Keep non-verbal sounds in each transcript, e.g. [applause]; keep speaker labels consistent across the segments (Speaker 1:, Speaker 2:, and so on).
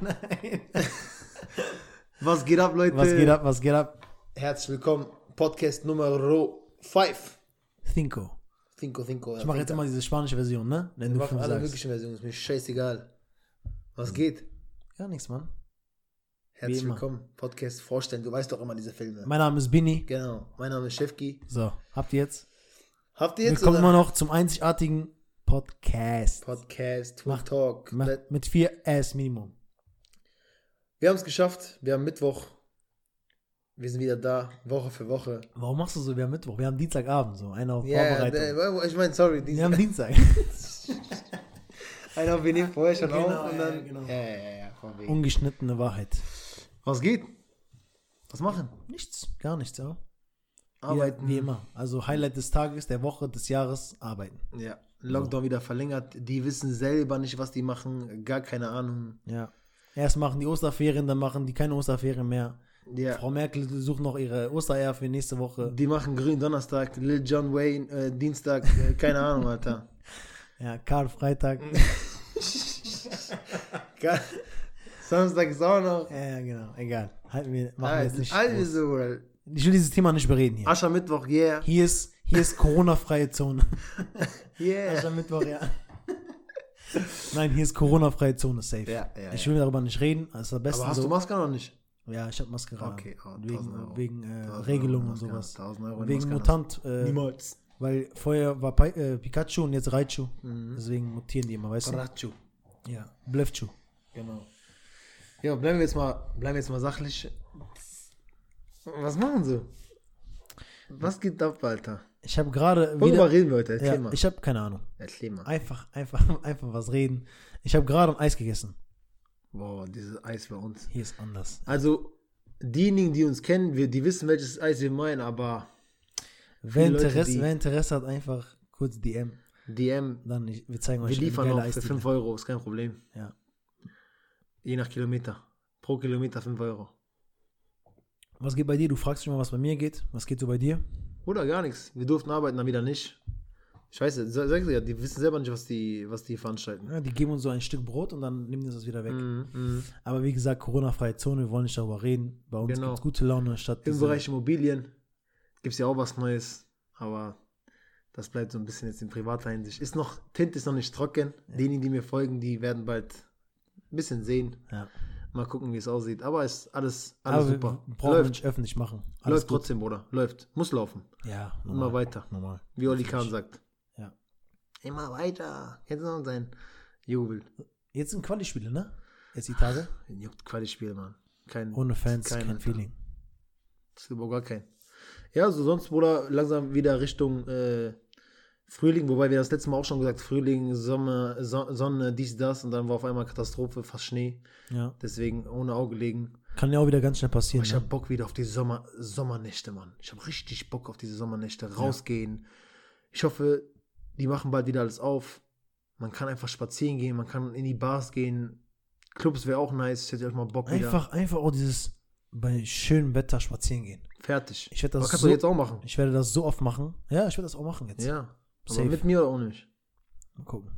Speaker 1: Nein.
Speaker 2: Was geht ab, Leute?
Speaker 1: Was geht ab, was geht ab?
Speaker 2: Herzlich willkommen. Podcast Nummer 5.
Speaker 1: Cinco.
Speaker 2: Cinco, Cinco.
Speaker 1: Ich mache jetzt immer diese spanische Version, ne? Wenn
Speaker 2: Wir
Speaker 1: du
Speaker 2: machen
Speaker 1: fünf
Speaker 2: alle
Speaker 1: sagst.
Speaker 2: möglichen Versionen. Ist mir scheißegal. Was geht?
Speaker 1: Gar nichts, Mann.
Speaker 2: Herzlich
Speaker 1: immer.
Speaker 2: willkommen. Podcast vorstellen. Du weißt doch immer diese Filme.
Speaker 1: Mein Name ist Bini.
Speaker 2: Genau. Mein Name ist Chefki.
Speaker 1: So, habt ihr jetzt?
Speaker 2: Habt ihr jetzt
Speaker 1: Willkommen
Speaker 2: oder?
Speaker 1: immer noch zum einzigartigen Podcast.
Speaker 2: Podcast, Twin
Speaker 1: Macht-
Speaker 2: Talk.
Speaker 1: Ma-
Speaker 2: Let-
Speaker 1: Mit vier S Minimum.
Speaker 2: Wir haben es geschafft. Wir haben Mittwoch. Wir sind wieder da. Woche für Woche.
Speaker 1: Warum machst du so? Wir haben Mittwoch, wir haben Dienstagabend, so einer auf
Speaker 2: Ja,
Speaker 1: Vorbereitung.
Speaker 2: yeah, ich meine, sorry.
Speaker 1: Wir
Speaker 2: Diese, [laughs]
Speaker 1: haben Dienstag.
Speaker 2: Einer, wir nehmen vorher schon
Speaker 1: Genau,
Speaker 2: auf und
Speaker 1: ja,
Speaker 2: dann.
Speaker 1: genau.
Speaker 2: Ja, ja, ja, von wegen.
Speaker 1: Ungeschnittene Wahrheit.
Speaker 2: Was geht? Was machen?
Speaker 1: Nichts, gar nichts, ja.
Speaker 2: Arbeiten.
Speaker 1: Wie, wie immer. Also Highlight des Tages, der Woche, des Jahres, arbeiten.
Speaker 2: Ja, Lockdown wieder verlängert. Die wissen selber nicht, was die machen. Gar keine Ahnung.
Speaker 1: Ja. Erst machen die Osterferien, dann machen die keine Osterferien mehr.
Speaker 2: Ja.
Speaker 1: Frau Merkel sucht noch ihre Ostereier für nächste Woche.
Speaker 2: Die machen Grün Donnerstag, Lil John Wayne äh, Dienstag, äh, keine Ahnung,
Speaker 1: [laughs]
Speaker 2: Alter.
Speaker 1: Ja, Karl Freitag.
Speaker 2: Mhm. Gar- Samstag ist auch
Speaker 1: [laughs]
Speaker 2: noch.
Speaker 1: ja, ja, genau. Egal. Halten wir, machen wir jetzt
Speaker 2: Alter,
Speaker 1: nicht.
Speaker 2: Also, Bruder.
Speaker 1: Ich will dieses Thema nicht bereden hier.
Speaker 2: Aschermittwoch, yeah.
Speaker 1: Hier ist, hier ist Corona-freie
Speaker 2: [laughs]
Speaker 1: Zone.
Speaker 2: Yeah.
Speaker 1: Aschermittwoch, ja. Nein, hier ist Corona-freie Zone, safe.
Speaker 2: Ja, ja,
Speaker 1: ich will darüber nicht reden. Das ist am besten
Speaker 2: Aber hast
Speaker 1: so.
Speaker 2: du Maske noch nicht?
Speaker 1: ja, ich habe Maskerade.
Speaker 2: Okay, oh, 1000 Euro.
Speaker 1: wegen wegen äh,
Speaker 2: 1000
Speaker 1: Regelungen
Speaker 2: Euro
Speaker 1: und
Speaker 2: Maskerade,
Speaker 1: sowas.
Speaker 2: 1000 Euro in
Speaker 1: Wegen
Speaker 2: Maskerade.
Speaker 1: Mutant. Äh,
Speaker 2: Niemals.
Speaker 1: Weil vorher war Pi äh, Pikachu und jetzt Raichu.
Speaker 2: Mhm.
Speaker 1: Deswegen mutieren die immer, weißt du?
Speaker 2: Brachu.
Speaker 1: Ja, Blefchu.
Speaker 2: Genau. Ja, bleiben wir jetzt mal, bleiben wir jetzt mal sachlich. Was machen sie? Was geht ab, Alter?
Speaker 1: Ich habe gerade
Speaker 2: Worüber
Speaker 1: wieder...
Speaker 2: reden wir heute? Erzähl
Speaker 1: Ja,
Speaker 2: mal.
Speaker 1: ich habe keine Ahnung.
Speaker 2: Erzähl mal.
Speaker 1: Einfach, einfach, [laughs] einfach was reden. Ich habe gerade ein Eis gegessen.
Speaker 2: Boah, dieses Eis bei uns.
Speaker 1: Hier ist anders.
Speaker 2: Also, diejenigen, die uns kennen, wir, die wissen, welches Eis wir meinen, aber
Speaker 1: Wer
Speaker 2: Leute,
Speaker 1: Interesse,
Speaker 2: die-
Speaker 1: wer Interesse hat, einfach kurz DM.
Speaker 2: DM,
Speaker 1: Dann ich, wir zeigen
Speaker 2: wir
Speaker 1: euch
Speaker 2: liefern
Speaker 1: geile
Speaker 2: auch für
Speaker 1: Eisdiele.
Speaker 2: 5 Euro, ist kein Problem.
Speaker 1: Ja.
Speaker 2: Je nach Kilometer. Pro Kilometer 5 Euro.
Speaker 1: Was geht bei dir? Du fragst mich mal, was bei mir geht. Was geht so bei dir?
Speaker 2: Oder gar nichts. Wir durften arbeiten, dann wieder nicht. Scheiße, sa- sag ich dir, ja, die wissen selber nicht, was die, was die veranstalten.
Speaker 1: Ja, die geben uns so ein Stück Brot und dann nehmen die uns das wieder weg.
Speaker 2: Mhm, mhm.
Speaker 1: Aber wie gesagt, Corona-freie Zone, wir wollen nicht darüber reden. Bei uns
Speaker 2: Genau.
Speaker 1: gibt's gute Laune statt
Speaker 2: Im
Speaker 1: diese-
Speaker 2: Bereich Immobilien gibt es ja auch was Neues, aber das bleibt so ein bisschen jetzt in privater Hinsicht. Ist noch, Tint ist noch nicht trocken. Diejenigen, die mir folgen, die werden bald ein bisschen sehen.
Speaker 1: Ja.
Speaker 2: Mal gucken, wie es aussieht. Aber ist alles, alles
Speaker 1: Aber wir
Speaker 2: super.
Speaker 1: brauchen wir
Speaker 2: Läuft,
Speaker 1: nicht öffentlich machen.
Speaker 2: läuft
Speaker 1: gut.
Speaker 2: trotzdem, Bruder. Läuft. Muss laufen.
Speaker 1: Ja,
Speaker 2: Immer
Speaker 1: normal.
Speaker 2: weiter.
Speaker 1: normal.
Speaker 2: Wie Oli Kahn sagt.
Speaker 1: Ja.
Speaker 2: Immer weiter. Kennst du noch sein Jubel?
Speaker 1: Jetzt sind Quali-Spiele, ne? Jetzt die Tage.
Speaker 2: Den juckt Quali-Spiel, Mann. Kein,
Speaker 1: Ohne Fans,
Speaker 2: Kein
Speaker 1: kein,
Speaker 2: Alter.
Speaker 1: Feeling.
Speaker 2: Es gibt auch gar keinen. Ja, so sonst, Bruder, langsam wieder Richtung äh, Frühling, wobei wir das letzte Mal auch schon gesagt Frühling, Sommer, Son Sonne, dies, das und dann war auf einmal Katastrophe, fast Schnee.
Speaker 1: Ja.
Speaker 2: Deswegen ohne Auge legen.
Speaker 1: Kann ja auch wieder ganz schnell passieren.
Speaker 2: Ich
Speaker 1: Ne?
Speaker 2: hab Bock wieder auf die Sommer Sommernächte, Mann. Ich hab richtig Bock auf diese Sommernächte. Rausgehen. Ich hoffe, die machen bald wieder alles auf. Man kann einfach spazieren gehen, man kann in die Bars gehen. Clubs wäre auch nice. Ich hätte euch mal Bock wieder.
Speaker 1: Einfach, einfach auch dieses bei schönem Wetter spazieren gehen.
Speaker 2: Fertig.
Speaker 1: Ich werd das
Speaker 2: Aber kannst
Speaker 1: so-
Speaker 2: du jetzt auch machen.
Speaker 1: Ich werde das so oft machen. Ja, ich werde das auch machen jetzt.
Speaker 2: Ja. Aber
Speaker 1: Safe.
Speaker 2: mit mir oder ohne mich?
Speaker 1: Mal gucken.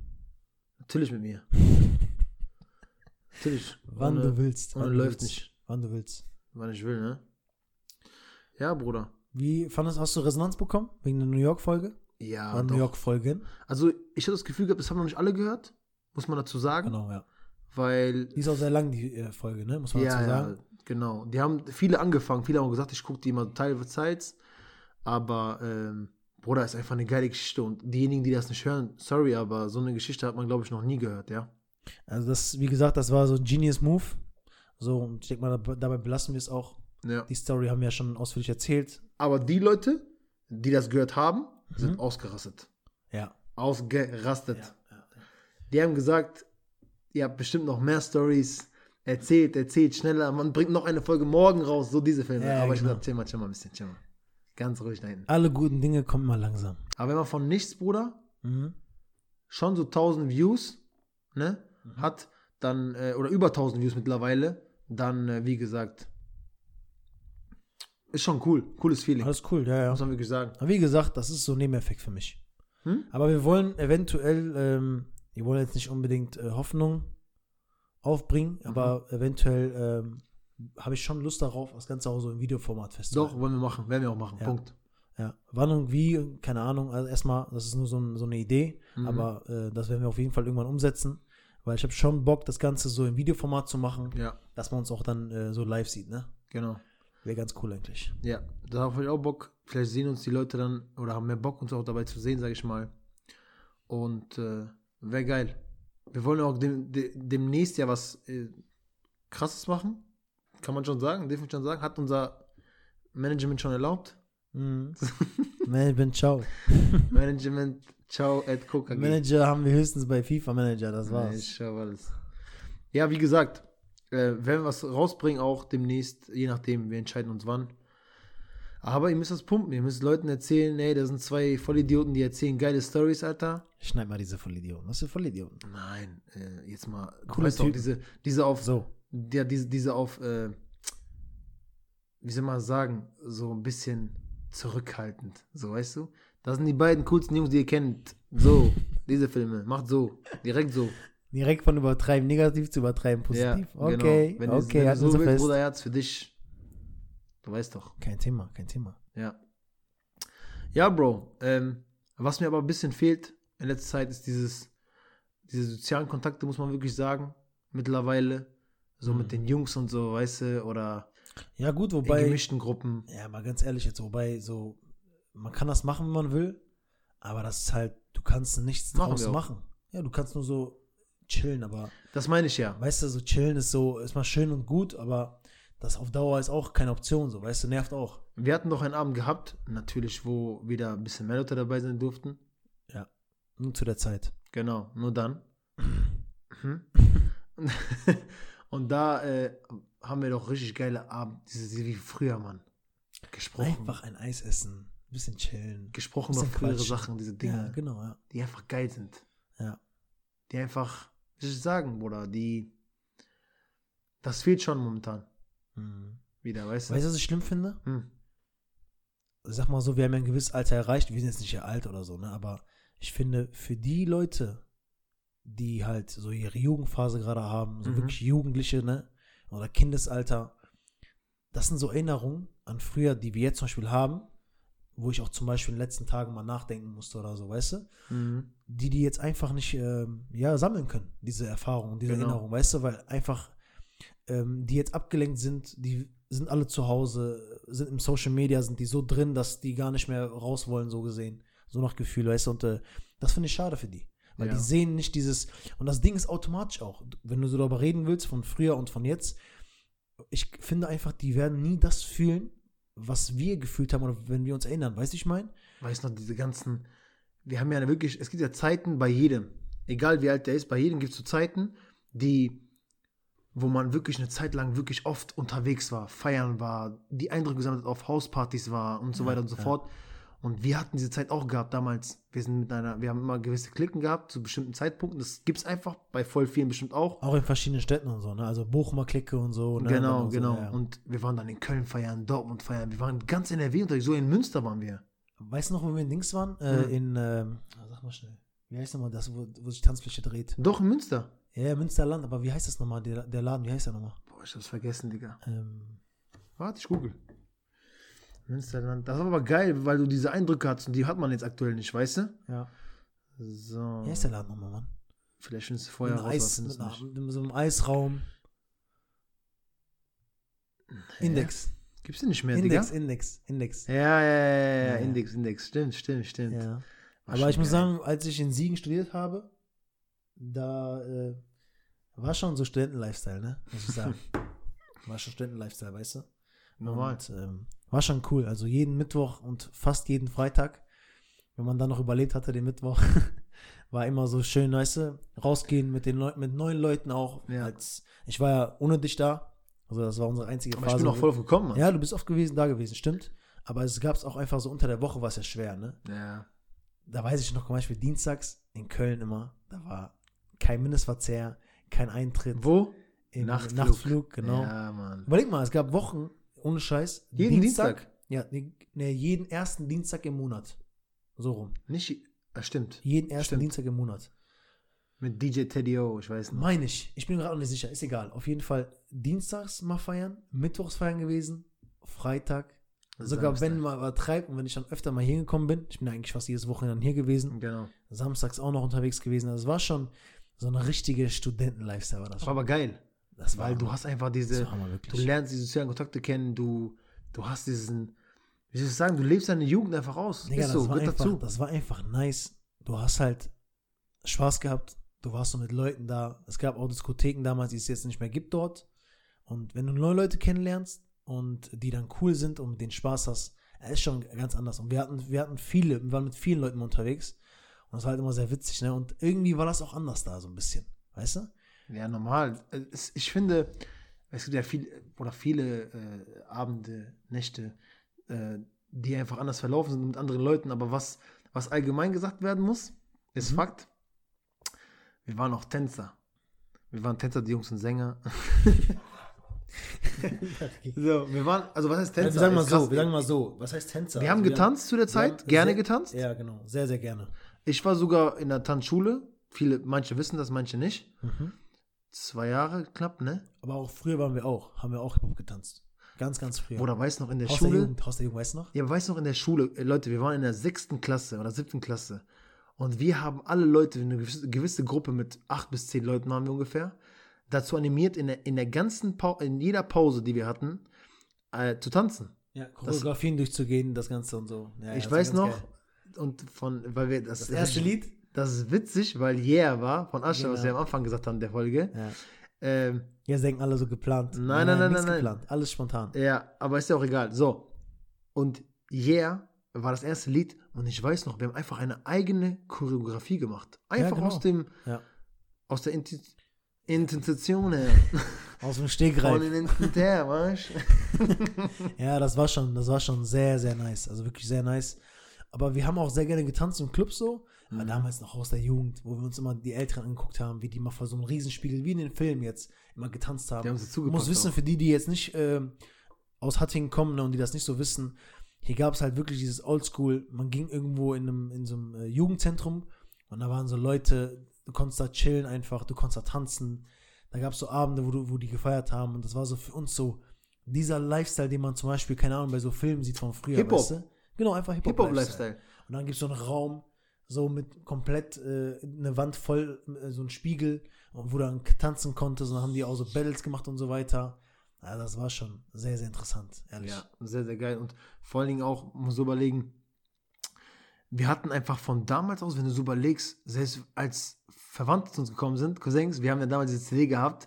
Speaker 2: Natürlich mit mir. Natürlich.
Speaker 1: [laughs] Wann
Speaker 2: ohne,
Speaker 1: du willst.
Speaker 2: ohne
Speaker 1: Wann du
Speaker 2: läuft
Speaker 1: willst.
Speaker 2: nicht.
Speaker 1: Wann du willst.
Speaker 2: Wann ich will, ne? Ja, Bruder.
Speaker 1: Wie fandest hast du Resonanz bekommen? Wegen der New York-Folge?
Speaker 2: Ja,
Speaker 1: Waren
Speaker 2: Ah, doch.
Speaker 1: New York-Folgen?
Speaker 2: Also, ich hatte das Gefühl gehabt, das haben noch nicht alle gehört. Muss man dazu sagen.
Speaker 1: Genau, ja.
Speaker 2: Weil.
Speaker 1: Die ist auch sehr lang, die äh, Folge, ne? Muss man
Speaker 2: Ja,
Speaker 1: dazu
Speaker 2: ja,
Speaker 1: sagen.
Speaker 2: genau. Die haben viele angefangen. Viele haben gesagt, ich gucke die immer teilweise. Aber, ähm, Bruder, ist einfach eine geile Geschichte. Und diejenigen, die das nicht hören, sorry, aber so eine Geschichte hat man, glaube ich, noch nie gehört, ja?
Speaker 1: Also das, wie gesagt, das war so ein Genius Move. So, und ich denke mal, dab- dabei belassen wir es auch.
Speaker 2: Ja.
Speaker 1: Die Story haben wir ja schon ausführlich erzählt.
Speaker 2: Aber die Leute, die das gehört haben,
Speaker 1: Mhm.
Speaker 2: sind ausgerastet.
Speaker 1: Ja.
Speaker 2: Ausgerastet. Die haben gesagt, ihr habt bestimmt noch mehr Stories. Erzählt, erzählt, schneller. Man bringt noch eine Folge morgen raus, so diese Filme.
Speaker 1: Ja,
Speaker 2: Aber ich
Speaker 1: genau.
Speaker 2: gesagt, chill mal, chill mal ein bisschen, chill mal. Ganz ruhig da hinten.
Speaker 1: Alle guten Dinge kommen mal langsam.
Speaker 2: Aber wenn man von nichts, Bruder,
Speaker 1: Mhm.
Speaker 2: schon so 1000 Views ne,
Speaker 1: Mhm.
Speaker 2: hat, dann, äh, oder über 1000 Views mittlerweile, dann, äh, wie gesagt, ist schon cool. Cooles Feeling.
Speaker 1: Alles cool, ja, ja.
Speaker 2: Muss man wirklich sagen.
Speaker 1: Aber wie gesagt, das ist so ein Nebeneffekt für mich.
Speaker 2: Hm?
Speaker 1: Aber wir wollen eventuell, ähm, wir wollen jetzt nicht unbedingt äh, Hoffnung aufbringen,
Speaker 2: Mhm.
Speaker 1: aber eventuell ähm, habe ich schon Lust darauf, das Ganze auch so im Videoformat
Speaker 2: Doch,
Speaker 1: festzuhalten.
Speaker 2: wollen wir machen. Werden wir auch machen.
Speaker 1: Ja.
Speaker 2: Punkt.
Speaker 1: Ja. Wann und wie, keine Ahnung. Also erstmal, das ist nur so, ein, so eine Idee,
Speaker 2: Mhm.
Speaker 1: aber äh, das werden wir auf jeden Fall irgendwann umsetzen, weil ich habe schon Bock, das Ganze so im Videoformat zu machen,
Speaker 2: Ja,
Speaker 1: dass man uns auch dann äh, so live sieht, ne?
Speaker 2: genau.
Speaker 1: Wäre ganz cool
Speaker 2: [laughs]
Speaker 1: eigentlich.
Speaker 2: Ja, darauf habe ich auch Bock. Vielleicht sehen uns die Leute dann oder haben mehr Bock, uns auch dabei zu sehen, sage ich mal. Und äh, wäre geil. Wir wollen auch dem, de, demnächst ja was äh, Krasses machen. Kann man schon sagen, darf man schon sagen. Hat unser Management schon erlaubt.
Speaker 1: Mhm. Management, ciao.
Speaker 2: Management, ciao, at Coca.
Speaker 1: Manager haben wir höchstens bei FIFA Manager, das
Speaker 2: Nee, ich
Speaker 1: war's.
Speaker 2: hab alles. Ja, wie gesagt, äh, werden wir was rausbringen, auch demnächst, je nachdem, wir entscheiden uns wann. Aber ihr müsst das pumpen, ihr müsst Leuten erzählen, ey, da sind zwei Vollidioten, die erzählen geile Stories, Alter.
Speaker 1: Schneid mal diese Vollidioten. Das sind Vollidioten.
Speaker 2: Nein, äh, jetzt mal, du
Speaker 1: Coole
Speaker 2: weißt doch,
Speaker 1: Typen.
Speaker 2: diese, diese auf,
Speaker 1: So.
Speaker 2: ja, diese, diese auf, äh, wie soll man sagen, so ein bisschen zurückhaltend, so, weißt du? Das sind die beiden coolsten Jungs, die ihr kennt. So, diese Filme, macht so, direkt so.
Speaker 1: Direkt von übertreiben, negativ zu übertreiben, positiv.
Speaker 2: Ja,
Speaker 1: okay,
Speaker 2: genau. Wenn du-
Speaker 1: okay,
Speaker 2: wenn du
Speaker 1: halten wir
Speaker 2: so
Speaker 1: so
Speaker 2: willst,
Speaker 1: fest.
Speaker 2: Bruder Herz für dich. Du weißt doch.
Speaker 1: Kein Thema, kein Thema.
Speaker 2: Ja. Ja, Bro. Ähm, was mir aber ein bisschen fehlt in letzter Zeit ist dieses, diese sozialen Kontakte, muss man wirklich sagen. Mittlerweile. So mit den Jungs und so, weißt du, oder
Speaker 1: Ja, gut,
Speaker 2: in
Speaker 1: Mhm. wobei.
Speaker 2: gemischten Gruppen.
Speaker 1: Ja, mal ganz ehrlich jetzt, wobei so, man kann das machen, wenn man will, aber das ist halt, du kannst nichts
Speaker 2: Machen
Speaker 1: draus
Speaker 2: wir auch.
Speaker 1: machen. Ja, du kannst nur so chillen, aber
Speaker 2: Das meine ich ja.
Speaker 1: weißt du, so chillen ist so, ist mal schön und gut, aber das auf Dauer ist auch keine Option, so, weißt du, nervt auch.
Speaker 2: Wir hatten doch einen Abend gehabt, natürlich, wo wieder ein bisschen mehr Leute dabei sein durften.
Speaker 1: Nur zu der Zeit.
Speaker 2: Genau, nur dann. Mhm. Und da äh, haben wir doch richtig geile Abend, dieses wie früher, Mann. Gesprochen.
Speaker 1: Einfach ein Eis essen, ein bisschen chillen.
Speaker 2: gesprochen über
Speaker 1: bisschen
Speaker 2: frühere
Speaker 1: quatschen.
Speaker 2: Sachen, diese Dinge,
Speaker 1: Ja, genau, ja.
Speaker 2: die einfach geil sind.
Speaker 1: Ja.
Speaker 2: Die einfach, wie soll ich sagen, Bruder, die. Das fehlt schon momentan
Speaker 1: Mhm.
Speaker 2: wieder, weißt du?
Speaker 1: Weißt du, was ich schlimm finde?
Speaker 2: Hm.
Speaker 1: Sag mal so, wir haben ja ein gewisses Alter erreicht, wir sind jetzt nicht ja alt oder so, ne? Aber ich finde, für die Leute, die halt so ihre Jugendphase gerade haben, so
Speaker 2: Mhm.
Speaker 1: wirklich Jugendliche, ne? Oder Kindesalter, das sind so Erinnerungen an früher, die wir jetzt zum Beispiel haben, wo ich auch zum Beispiel in den letzten Tagen mal nachdenken musste oder so, weißt du?
Speaker 2: Mhm.
Speaker 1: die die jetzt einfach nicht ähm, ja, sammeln können, diese Erfahrung, diese
Speaker 2: Genau.
Speaker 1: Erinnerung, weißt du, weil einfach ähm, die jetzt abgelenkt sind, die sind alle zu Hause, sind im Social Media, sind die so drin, dass die gar nicht mehr raus wollen, so gesehen, so nach Gefühl, weißt du, und äh, das finde ich schade für die, weil
Speaker 2: Ja.
Speaker 1: die sehen nicht dieses, und das Ding ist automatisch auch, wenn du so darüber reden willst, von früher und von jetzt, ich finde einfach, die werden nie das fühlen, was wir gefühlt haben oder wenn wir uns erinnern, weißt du, ich meine?
Speaker 2: Weißt du noch, diese ganzen. Wir haben ja wirklich. Es gibt ja Zeiten bei jedem. Egal wie alt der ist, bei jedem gibt es so Zeiten, die. Wo man wirklich eine Zeit lang wirklich oft unterwegs war, feiern war, die Eindrücke gesammelt hat, auf Hauspartys war und so
Speaker 1: Ja,
Speaker 2: weiter und so
Speaker 1: ja.
Speaker 2: fort. Und wir hatten diese Zeit auch gehabt damals. Wir sind mit einer, wir haben immer gewisse Klicken gehabt zu bestimmten Zeitpunkten. Das gibt es einfach bei voll vielen bestimmt auch.
Speaker 1: Auch in verschiedenen Städten und so, ne? Also Bochumer Clique und so. Ne?
Speaker 2: genau,
Speaker 1: und so,
Speaker 2: genau.
Speaker 1: ja, ja.
Speaker 2: Und wir waren dann in Köln feiern, Dortmund feiern. Wir waren ganz NRW unterwegs. So in Münster waren wir.
Speaker 1: weißt du noch, wo wir in Dings waren? Äh,
Speaker 2: Mhm.
Speaker 1: In, ähm, ah, sag mal schnell. Wie heißt nochmal das, wo, wo sich Tanzfläche dreht?
Speaker 2: Doch in Münster.
Speaker 1: Ja, ja, Münsterland, aber wie heißt das nochmal, der, der Laden, wie heißt der nochmal?
Speaker 2: Boah, ich hab's vergessen, Digga.
Speaker 1: Ähm,
Speaker 2: Warte, ich google. Münsterland. Das war aber geil, weil du diese Eindrücke hattest und die hat man jetzt aktuell nicht, weißt du?
Speaker 1: ja.
Speaker 2: So.
Speaker 1: Wie heißt der Laden nochmal, Mann?
Speaker 2: Vielleicht findest du
Speaker 1: Mit,
Speaker 2: vorher
Speaker 1: einem
Speaker 2: raus, was
Speaker 1: Eis,
Speaker 2: findest
Speaker 1: mit,
Speaker 2: du
Speaker 1: einer,
Speaker 2: nicht.
Speaker 1: mit so einem Eisraum. Index.
Speaker 2: Gibt's den nicht mehr,
Speaker 1: Index,
Speaker 2: Digga?
Speaker 1: Index, Index.
Speaker 2: Ja, ja, ja, ja, ja,
Speaker 1: Ja, ja.
Speaker 2: Index, Index. Stimmt, stimmt, stimmt.
Speaker 1: Ja.
Speaker 2: War
Speaker 1: Aber
Speaker 2: schon
Speaker 1: ich muss
Speaker 2: geil.
Speaker 1: sagen, als ich in Siegen studiert habe, da äh, war schon so Studenten-Lifestyle, ne? Muss ich
Speaker 2: [laughs]
Speaker 1: sagen. war schon Studenten-Lifestyle, weißt du?
Speaker 2: Normal.
Speaker 1: Und, ähm, war schon cool. Also jeden Mittwoch und fast jeden Freitag, wenn man dann noch überlebt hatte, den Mittwoch, [laughs] war immer so schön, weißt du, rausgehen mit den Leuten, mit neuen Leuten auch.
Speaker 2: Ja.
Speaker 1: Als, ich war ja ohne dich da. Also das war unsere einzige
Speaker 2: Aber
Speaker 1: Phase.
Speaker 2: ich bin auch
Speaker 1: wo-
Speaker 2: voll aufgekommen, Mann.
Speaker 1: ja, du bist oft gewesen, da gewesen, stimmt. Aber es gab es auch einfach so unter der Woche, war es ja schwer, ne?
Speaker 2: ja.
Speaker 1: da weiß ich noch zum Beispiel dienstags in Köln immer, da war kein Mindestverzehr, kein Eintritt
Speaker 2: Wo?
Speaker 1: im
Speaker 2: Nachtflug.
Speaker 1: Nachtflug, genau.
Speaker 2: Ja, Mann.
Speaker 1: Überleg mal, es gab Wochen, ohne Scheiß.
Speaker 2: Jeden Dienstag?
Speaker 1: Ja, nee, nee, jeden ersten Dienstag im Monat. So rum.
Speaker 2: Nicht. Ah, stimmt.
Speaker 1: Jeden ersten
Speaker 2: Stimmt.
Speaker 1: Dienstag im Monat.
Speaker 2: Mit DJ Teddy O, ich weiß nicht.
Speaker 1: Meine ich. Ich bin gerade nicht sicher. Ist egal. Auf jeden Fall dienstags mal feiern, mittwochs feiern gewesen, Freitag. Sogar wenn man übertreibt und wenn ich dann öfter mal hier gekommen bin, ich bin eigentlich fast jedes Wochenende hier gewesen,
Speaker 2: Genau.
Speaker 1: samstags auch noch unterwegs gewesen. Das war schon so eine richtige Studenten-Lifestyle war das
Speaker 2: War
Speaker 1: schon.
Speaker 2: aber geil.
Speaker 1: Das war
Speaker 2: Weil du
Speaker 1: Hammer.
Speaker 2: hast einfach
Speaker 1: das
Speaker 2: diese,
Speaker 1: war Hammer,
Speaker 2: du
Speaker 1: wirklich.
Speaker 2: lernst die sozialen Kontakte kennen, du, du hast diesen, wie soll ich sagen, du lebst deine Jugend einfach aus.
Speaker 1: Digga,
Speaker 2: ist
Speaker 1: das,
Speaker 2: so,
Speaker 1: war
Speaker 2: gehört
Speaker 1: einfach,
Speaker 2: dazu.
Speaker 1: das war einfach nice. Du hast halt Spaß gehabt, du warst so mit Leuten da. Es gab auch Diskotheken damals, die es jetzt nicht mehr gibt dort. Und wenn du neue Leute kennenlernst und die dann cool sind und mit denen Spaß hast, äh, ist schon ganz anders. Und wir hatten, wir hatten viele, wir waren mit vielen Leuten unterwegs. Und es war halt immer sehr witzig, ne? Und irgendwie war das auch anders da, so ein bisschen. Weißt du?
Speaker 2: Ja, normal. Es, ich finde, es gibt ja viel, oder viele äh, Abende, Nächte, äh, die einfach anders verlaufen sind mit anderen Leuten. Aber was, was allgemein gesagt werden muss, ist
Speaker 1: Mhm.
Speaker 2: Fakt. Wir waren auch Tänzer. Wir waren Tänzer, die Jungs
Speaker 1: [laughs]
Speaker 2: und Sänger. [laughs] So, wir waren, also was heißt Tänzer?
Speaker 1: wir sagen mal
Speaker 2: Ist krass.
Speaker 1: so, wir sagen mal so. Was heißt Tänzer?
Speaker 2: Wir haben
Speaker 1: Also
Speaker 2: getanzt zu der
Speaker 1: wir haben-
Speaker 2: Zeit, gerne
Speaker 1: sehr,
Speaker 2: getanzt.
Speaker 1: Ja, genau. Sehr, sehr gerne.
Speaker 2: Ich war sogar in der Tanzschule. Viele, manche wissen das, manche nicht.
Speaker 1: Mhm.
Speaker 2: Zwei Jahre knapp, ne?
Speaker 1: Aber auch früher waren wir auch, haben wir auch Hip-Hop getanzt. Ganz, ganz früher.
Speaker 2: Oder weiß noch in der
Speaker 1: Haus der
Speaker 2: Schule.
Speaker 1: Jugend, Haus der Jugend, weißt du noch?
Speaker 2: Ja, aber weißt du noch, in der Schule, äh, Leute, wir waren in der sechsten Klasse oder siebten Klasse. Und wir haben alle Leute, eine gewisse- gewisse Gruppe mit acht bis zehn Leuten haben wir ungefähr, dazu animiert, in der, in der ganzen Pause, in jeder Pause, die wir hatten, äh, zu tanzen.
Speaker 1: Ja, Choreografien durchzugehen, das Ganze und so. Ja,
Speaker 2: ich
Speaker 1: das war
Speaker 2: weiß
Speaker 1: ganz
Speaker 2: noch,
Speaker 1: geil.
Speaker 2: und von, weil wir das,
Speaker 1: Das erste Lied?
Speaker 2: Das ist witzig, weil Yeah war von Asche, was
Speaker 1: Genau.
Speaker 2: wir am Anfang gesagt haben der Folge.
Speaker 1: Ja.
Speaker 2: Ähm,
Speaker 1: Jetzt denken alle so geplant.
Speaker 2: Nein, nein, nein,
Speaker 1: nichts
Speaker 2: nein, Äh. nein.
Speaker 1: geplant. Alles spontan.
Speaker 2: Ja, aber ist ja auch egal. So. Und Yeah war das erste Lied und ich weiß noch, wir haben einfach eine eigene Choreografie gemacht. Einfach
Speaker 1: genau.
Speaker 2: aus dem,
Speaker 1: Ja.
Speaker 2: aus der Inti-
Speaker 1: [laughs]
Speaker 2: Intention her.
Speaker 1: Aus dem
Speaker 2: Von
Speaker 1: Stegreif.
Speaker 2: den Inten- her, weißt du?
Speaker 1: Ja, das war schon, das war schon sehr, sehr nice. Also wirklich sehr nice. Aber wir haben auch sehr gerne getanzt im Club so. Aber
Speaker 2: Mhm.
Speaker 1: damals noch aus der Jugend, wo wir uns immer die Eltern angeguckt haben, wie die mal vor so einem Riesenspiegel, wie in den Filmen jetzt, immer getanzt haben.
Speaker 2: Die haben sie
Speaker 1: Du
Speaker 2: zugepackt.
Speaker 1: musst wissen, für die, die jetzt nicht ähm, aus Hattingen kommen ne, und die das nicht so wissen, hier gab es halt wirklich dieses Oldschool. Man ging irgendwo in, einem, in so einem äh, Jugendzentrum und da waren so Leute, du konntest da chillen einfach, du konntest da tanzen. Da gab es so Abende, wo, du, wo die gefeiert haben und das war so für uns so dieser Lifestyle, den man zum Beispiel, keine Ahnung, bei so Filmen sieht von früher.
Speaker 2: Hip-Hop.
Speaker 1: Weißt du? Genau, einfach Hip-Hop-Lifestyle.
Speaker 2: Hip-Hop-Lifestyle.
Speaker 1: und dann gibt es so einen Raum, so mit komplett äh, eine Wand voll, äh, so ein Spiegel, wo du dann tanzen konntest und dann haben die auch so Battles gemacht und so weiter. Ja, das war schon sehr, sehr interessant, ehrlich.
Speaker 2: Ja, sehr, sehr geil. Und vor allen Dingen auch, muss so überlegen, wir hatten einfach von damals aus, wenn du so überlegst, selbst als Verwandte zu uns gekommen sind, Cousins, wir haben ja damals diese CD gehabt,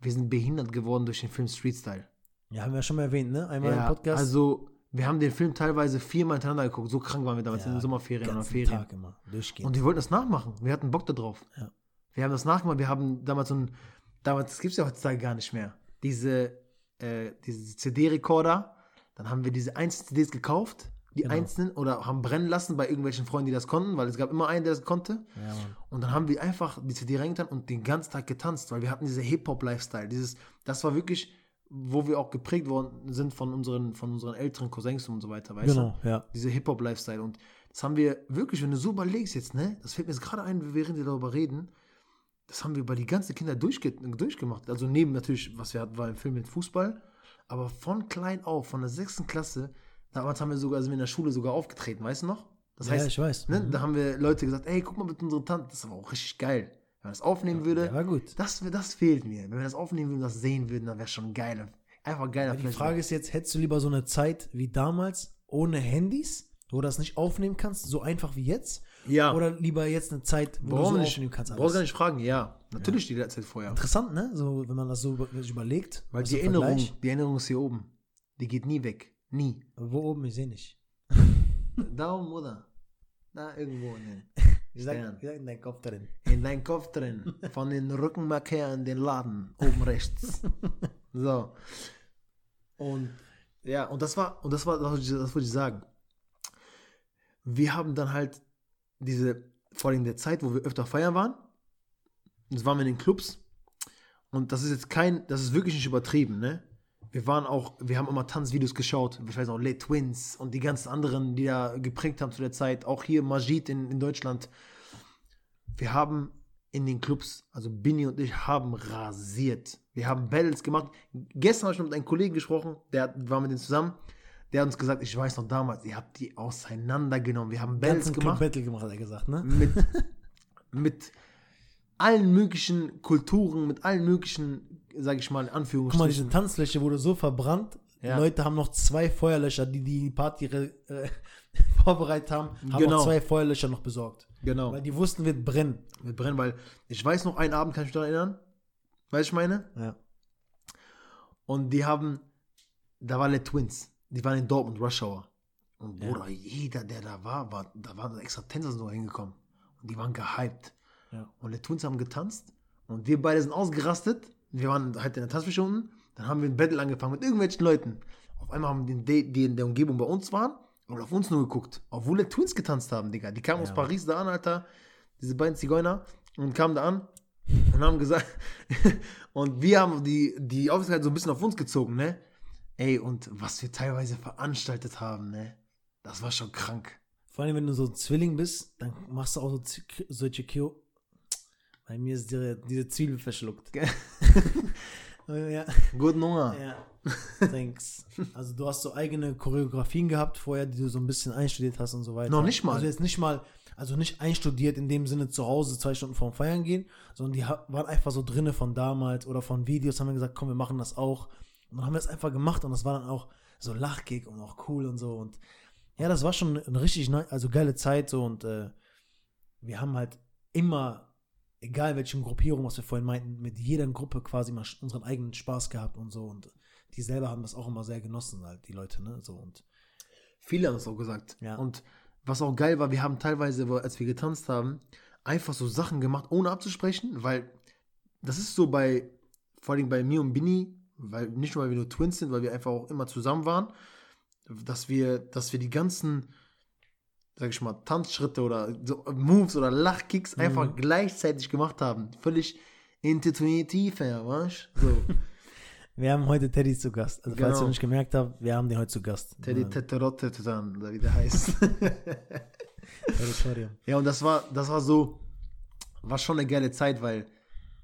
Speaker 2: wir sind behindert geworden durch den Film Street Style.
Speaker 1: Ja, haben wir ja schon mal erwähnt, ne? Einmal im Podcast.
Speaker 2: Also, wir haben den Film teilweise viermal hintereinander geguckt. So krank waren wir damals
Speaker 1: Ja,
Speaker 2: in den Sommerferien oder
Speaker 1: ganzen
Speaker 2: Ferien.
Speaker 1: Tag immer durchgehen.
Speaker 2: Und wir wollten das nachmachen. Wir hatten Bock darauf.
Speaker 1: Ja.
Speaker 2: Wir haben das nachgemacht. Wir haben damals so ein. Damals, das gibt es ja heutzutage gar nicht mehr. Diese, äh, diese CD-Rekorder. Dann haben wir diese einzelnen CDs gekauft. Die
Speaker 1: Genau.
Speaker 2: einzelnen oder haben brennen lassen bei irgendwelchen Freunden, die das konnten, weil es gab immer einen, der das konnte.
Speaker 1: ja, Mann.
Speaker 2: Und dann haben wir einfach die CD reingetan und den ganzen Tag getanzt, weil wir hatten diese Hip-Hop-Lifestyle. Dieses, das war wirklich, wo wir auch geprägt worden sind von unseren, von unseren älteren Cousins und so weiter, weißt du?
Speaker 1: Genau, ja.
Speaker 2: Diese Hip-Hop-Lifestyle. Und das haben wir wirklich, wenn du so überlegst jetzt, ne? Das fällt mir jetzt gerade ein, während wir darüber reden. Das haben wir bei die ganzen Kinder durchge durchgemacht. Also neben natürlich, was wir hatten, war ein Film mit Fußball. Aber von klein auf, von der sechsten Klasse, damals haben wir sogar, sind wir in der Schule sogar aufgetreten, weißt du noch? Das
Speaker 1: ja, ich weiß. Mhm.
Speaker 2: Ne? Da haben wir Leute gesagt, ey, guck mal mit unserer Tante, das ist aber auch richtig geil. Wenn man das aufnehmen würde,
Speaker 1: Ja, war gut.
Speaker 2: das, wär- das fehlt mir. Wenn wir das aufnehmen würden und das sehen würden, dann wäre schon geil. Einfach geiler
Speaker 1: Die Frage ist jetzt, hättest du lieber so eine Zeit wie damals ohne Handys, wo du das nicht aufnehmen kannst, so einfach wie jetzt?
Speaker 2: ja,
Speaker 1: Oder lieber jetzt eine Zeit, wo
Speaker 2: warum
Speaker 1: du so
Speaker 2: nicht?
Speaker 1: aufnehmen kannst?
Speaker 2: Brauchst
Speaker 1: alles?
Speaker 2: gar nicht fragen, ja. Natürlich die Zeit vorher.
Speaker 1: Interessant, ne? So, wenn man das so über- sich überlegt.
Speaker 2: Weil
Speaker 1: Was
Speaker 2: die
Speaker 1: im
Speaker 2: Erinnerung,
Speaker 1: Vergleich-
Speaker 2: die Erinnerung ist hier oben. Die geht nie weg. Nie.
Speaker 1: Wo oben? Ich sehe nicht.
Speaker 2: da oben, oder? Da irgendwo. In,
Speaker 1: Ich
Speaker 2: sag-
Speaker 1: sag,
Speaker 2: ich
Speaker 1: in deinen Kopf drin.
Speaker 2: den, in deinen Kopf drin. Von den Rückenmark her in den Laden.
Speaker 1: [laughs]
Speaker 2: Oben rechts. So. Und ja, und das war, und das war, das wollte ich- das wollte ich sagen. Wir haben dann halt diese, vor allem der Zeit, wo wir öfter feiern waren, das waren wir in den Clubs. Und das ist jetzt kein, das ist wirklich nicht übertrieben, ne? Wir waren auch, wir haben immer Tanzvideos geschaut, ich weiß auch, Le Twins und die ganzen anderen, die da geprägt haben zu der Zeit, auch hier Majid in, in Deutschland. Wir haben in den Clubs, also Binny und ich haben rasiert. Wir haben Battles gemacht. Gestern habe ich noch mit einem Kollegen gesprochen, der hat- war mit ihm zusammen. Der hat uns gesagt, ich weiß noch damals, ihr habt die auseinandergenommen. Wir haben Battles
Speaker 1: Ganzen Club
Speaker 2: gemacht
Speaker 1: Battle gemacht, hat er gesagt, ne?
Speaker 2: mit, mit allen möglichen Kulturen, mit allen möglichen, sage ich mal, in
Speaker 1: Guck mal,
Speaker 2: Anführungsstrichen.
Speaker 1: diese Tanzfläche wurde so verbrannt.
Speaker 2: Ja.
Speaker 1: Leute haben noch zwei Feuerlöscher, die die Party re- äh, [laughs] vorbereitet haben, haben
Speaker 2: Genau.
Speaker 1: noch zwei Feuerlöscher noch besorgt.
Speaker 2: Genau.
Speaker 1: Weil die wussten, wird brennen.
Speaker 2: Mit Brennen, weil ich weiß noch, einen Abend kann ich mich daran erinnern. Weißt du, ich meine?
Speaker 1: Ja.
Speaker 2: Und die haben, da waren die Twins, die waren in Dortmund, Rush Hour. Und Bruder, jeder, der da war, war da waren extra Tänzer sind noch hingekommen. Und die waren gehypt.
Speaker 1: Ja.
Speaker 2: Und die Twins haben getanzt. Und wir beide sind ausgerastet. Wir waren halt in der Tanzfläche unten. Dann haben wir ein Battle angefangen mit irgendwelchen Leuten. Auf einmal haben die, die, die in der Umgebung bei uns waren und auf uns nur geguckt. Obwohl die Twins getanzt haben, Digga. Die kamen aus
Speaker 1: Ja.
Speaker 2: Paris da an, Alter. Diese beiden Zigeuner. Und kamen da an und haben gesagt, [laughs] und wir haben die, die Aufmerksamkeit so ein bisschen auf uns gezogen, ne? Ey, und was wir teilweise veranstaltet haben, ne? Das war schon krank.
Speaker 1: Vor allem, wenn du so ein Zwilling bist, dann machst du auch so Z- solche Kio. Bei mir ist diese, diese Zwiebel verschluckt. [laughs] ja,
Speaker 2: Guten Hunger.
Speaker 1: ja. Thanks. Also du hast so eigene Choreografien gehabt vorher, die du so ein bisschen einstudiert hast und so weiter.
Speaker 2: Noch nicht mal.
Speaker 1: Also jetzt nicht mal, also nicht einstudiert in dem Sinne zu Hause zwei Stunden vorm Feiern gehen, sondern die ha- waren einfach so drinne von damals oder von Videos, haben wir gesagt, komm, wir machen das auch. Und dann haben wir das einfach gemacht und das war dann auch so lachgig und auch cool und so und ja, das war schon eine richtig neu, also geile Zeit so und äh, wir haben halt immer, egal welchen Gruppierung, was wir vorhin meinten, mit jeder Gruppe quasi mal sch- unseren eigenen Spaß gehabt und so und die selber haben das auch immer sehr genossen, halt die Leute, ne? So und
Speaker 2: Viele haben es auch gesagt.
Speaker 1: Ja.
Speaker 2: Und was auch geil war, wir haben teilweise, wo- als wir getanzt haben, einfach so Sachen gemacht, ohne abzusprechen, weil das ist so bei, vor allem bei mir und Bini, weil nicht nur, weil wir nur Twins sind, weil wir einfach auch immer zusammen waren, dass wir, dass wir die ganzen, sag ich mal, Tanzschritte oder so Moves oder Lachkicks einfach gleichzeitig gemacht haben. Völlig intuitiv, ja, weißt du? So,
Speaker 1: wir haben heute Teddy zu Gast. Also falls
Speaker 2: Genau.
Speaker 1: ihr nicht gemerkt habt, wir haben den heute zu Gast.
Speaker 2: Teddy
Speaker 1: Teddy,
Speaker 2: Teterotte zusammen, oder wie der heißt.
Speaker 1: Teddy.
Speaker 2: Ja, und das war, das war so, war schon eine geile Zeit, weil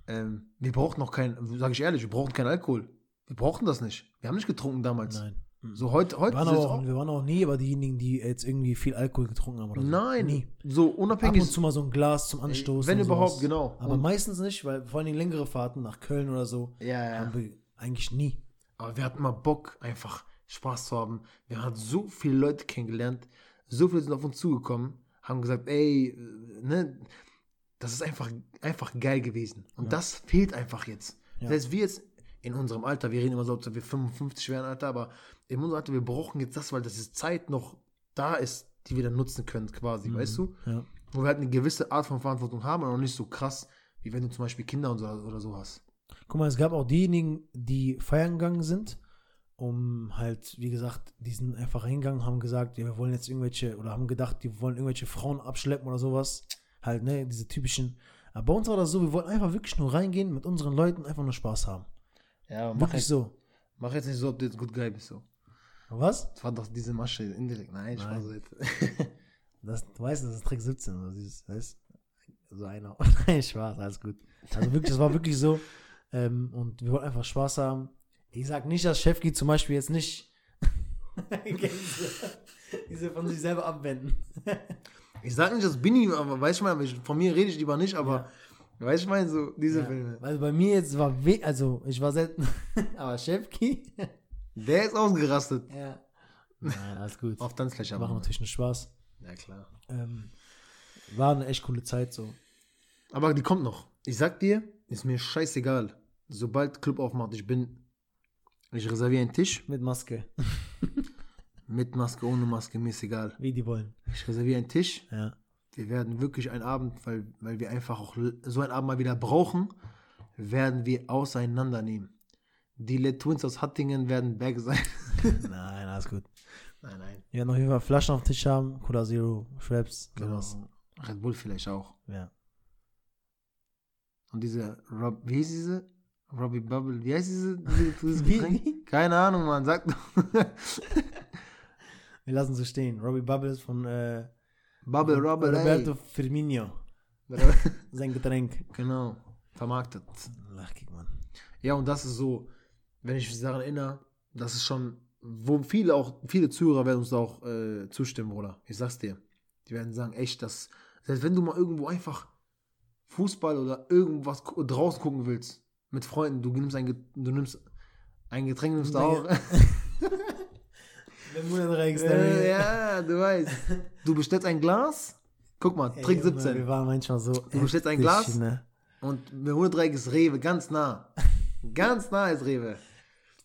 Speaker 2: ähm, wir brauchten noch keinen, sage ich ehrlich, wir brauchten keinen Alkohol. Wir brauchten das nicht. Wir haben nicht getrunken damals.
Speaker 1: Nein.
Speaker 2: So heute,
Speaker 1: Wir
Speaker 2: heute
Speaker 1: waren,
Speaker 2: ist es
Speaker 1: auch, wir waren auch nie aber diejenigen, die jetzt irgendwie viel Alkohol getrunken haben oder so.
Speaker 2: nein,
Speaker 1: Nie.
Speaker 2: so
Speaker 1: Ab
Speaker 2: unabhängig.
Speaker 1: und zu mal so ein Glas zum Anstoßen.
Speaker 2: Wenn
Speaker 1: und
Speaker 2: überhaupt,
Speaker 1: sowas.
Speaker 2: genau.
Speaker 1: Aber
Speaker 2: Und-
Speaker 1: meistens nicht, weil vor allem längere Fahrten nach Köln oder so
Speaker 2: ja, ja.
Speaker 1: haben wir eigentlich nie.
Speaker 2: Aber wir hatten mal Bock, einfach Spaß zu haben. Wir haben so viele Leute kennengelernt, so viele sind auf uns zugekommen, haben gesagt, ey, äh, ne, das ist einfach, einfach geil gewesen. Und das fehlt einfach jetzt.
Speaker 1: Ja.
Speaker 2: Das heißt, wir jetzt in unserem Alter, wir reden immer so, als ob wir 55 wären, Alter, aber in unserem Alter, wir brauchen jetzt das, weil diese Zeit noch da ist, die wir dann nutzen können, quasi, weißt du?
Speaker 1: Ja.
Speaker 2: Wo wir halt eine gewisse Art von Verantwortung haben, aber noch nicht so krass, wie wenn du zum Beispiel Kinder und so, oder so hast.
Speaker 1: Guck mal, es gab auch diejenigen, die feiern gegangen sind, um halt, wie gesagt, die sind einfach hingegangen, haben gesagt, ja, wir wollen jetzt irgendwelche, oder haben gedacht, die wollen irgendwelche Frauen abschleppen oder sowas. Halt, ne, diese typischen. Aber bei uns war das so, wir wollten einfach wirklich nur reingehen, mit unseren Leuten einfach nur Spaß haben.
Speaker 2: Ja,
Speaker 1: Wirklich so.
Speaker 2: mach jetzt nicht so, ob du jetzt gut geil bist, so.
Speaker 1: Was?
Speaker 2: Das war doch diese Masche indirekt. Nein, Spaß jetzt.
Speaker 1: Das, du weißt, das ist Trick 17, so dieses, weißt so einer. [laughs] Nein, Spaß, alles gut. Also wirklich, das war wirklich so. Ähm, und wir wollten einfach Spaß haben. Ich sag nicht, dass Chefki zum Beispiel jetzt nicht [laughs] Gänse, diese von sich selber abwenden.
Speaker 2: Ich sag nicht, dass Binny, aber weißt du mal, ich- von mir rede ich lieber nicht, aber weißt du mal, so diese Filme.
Speaker 1: Also bei mir jetzt war weh, also ich war selten, [laughs] aber Chefki,
Speaker 2: Der ist ausgerastet.
Speaker 1: ja. Nein, alles gut.
Speaker 2: Auf Tanzfläche
Speaker 1: Machen
Speaker 2: aber.
Speaker 1: natürlich nur Spaß.
Speaker 2: Ja, klar.
Speaker 1: Ähm, war eine echt coole Zeit so.
Speaker 2: Aber die kommt noch. Ich sag dir, ist mir scheißegal. Sobald Club aufmacht, ich bin. Ich reserviere einen Tisch
Speaker 1: Mit Maske,
Speaker 2: mit Maske, ohne Maske, mir ist egal.
Speaker 1: wie die wollen.
Speaker 2: Ich reserviere einen Tisch
Speaker 1: Ja.
Speaker 2: Wir werden wirklich einen Abend, weil, weil wir einfach auch l- so einen Abend mal wieder brauchen, werden wir auseinandernehmen. Die Let Twins aus Hattingen werden back sein.
Speaker 1: Nein, alles gut.
Speaker 2: nein, nein.
Speaker 1: Wir werden auf jeden Fall Flaschen auf dem Tisch haben, Cola Zero, Schwepps,
Speaker 2: Genau.
Speaker 1: sowas.
Speaker 2: Red Bull vielleicht auch.
Speaker 1: Ja.
Speaker 2: Und diese Rob, wie hieß diese? Robbie Bubble, wie heißt diese? diese- dieses
Speaker 1: Wie-
Speaker 2: Getränk? Keine Ahnung, man sagt
Speaker 1: Wir lassen sie stehen. Robbie Bubbles von äh,
Speaker 2: [laughs] Bubble, Robble, ey.
Speaker 1: Roberto Firmino. Sein Getränk.
Speaker 2: [laughs] genau, vermarktet.
Speaker 1: Ach, guck mal.
Speaker 2: Ja, und das ist so, wenn ich mich daran erinnere, das ist schon, wo viele auch, viele Zuhörer werden uns da auch äh, zustimmen, Bruder. Ich sag's dir. Die werden sagen, echt, das, selbst wenn du mal irgendwo einfach Fußball oder irgendwas gu- draußen gucken willst, mit Freunden, du nimmst ein, Ge- du nimmst ein Getränk, nimmst du auch. [laughs]
Speaker 1: Wenn du dann reichst,
Speaker 2: Äh, ja, du weißt. Du bestellst ein Glas, guck mal, Trick 17.
Speaker 1: Wir waren manchmal so. Du
Speaker 2: bestellst ein Glas?
Speaker 1: Ne?
Speaker 2: Und mit 103 ist Rewe
Speaker 1: [laughs]
Speaker 2: ganz nah. ganz nah ist Rewe.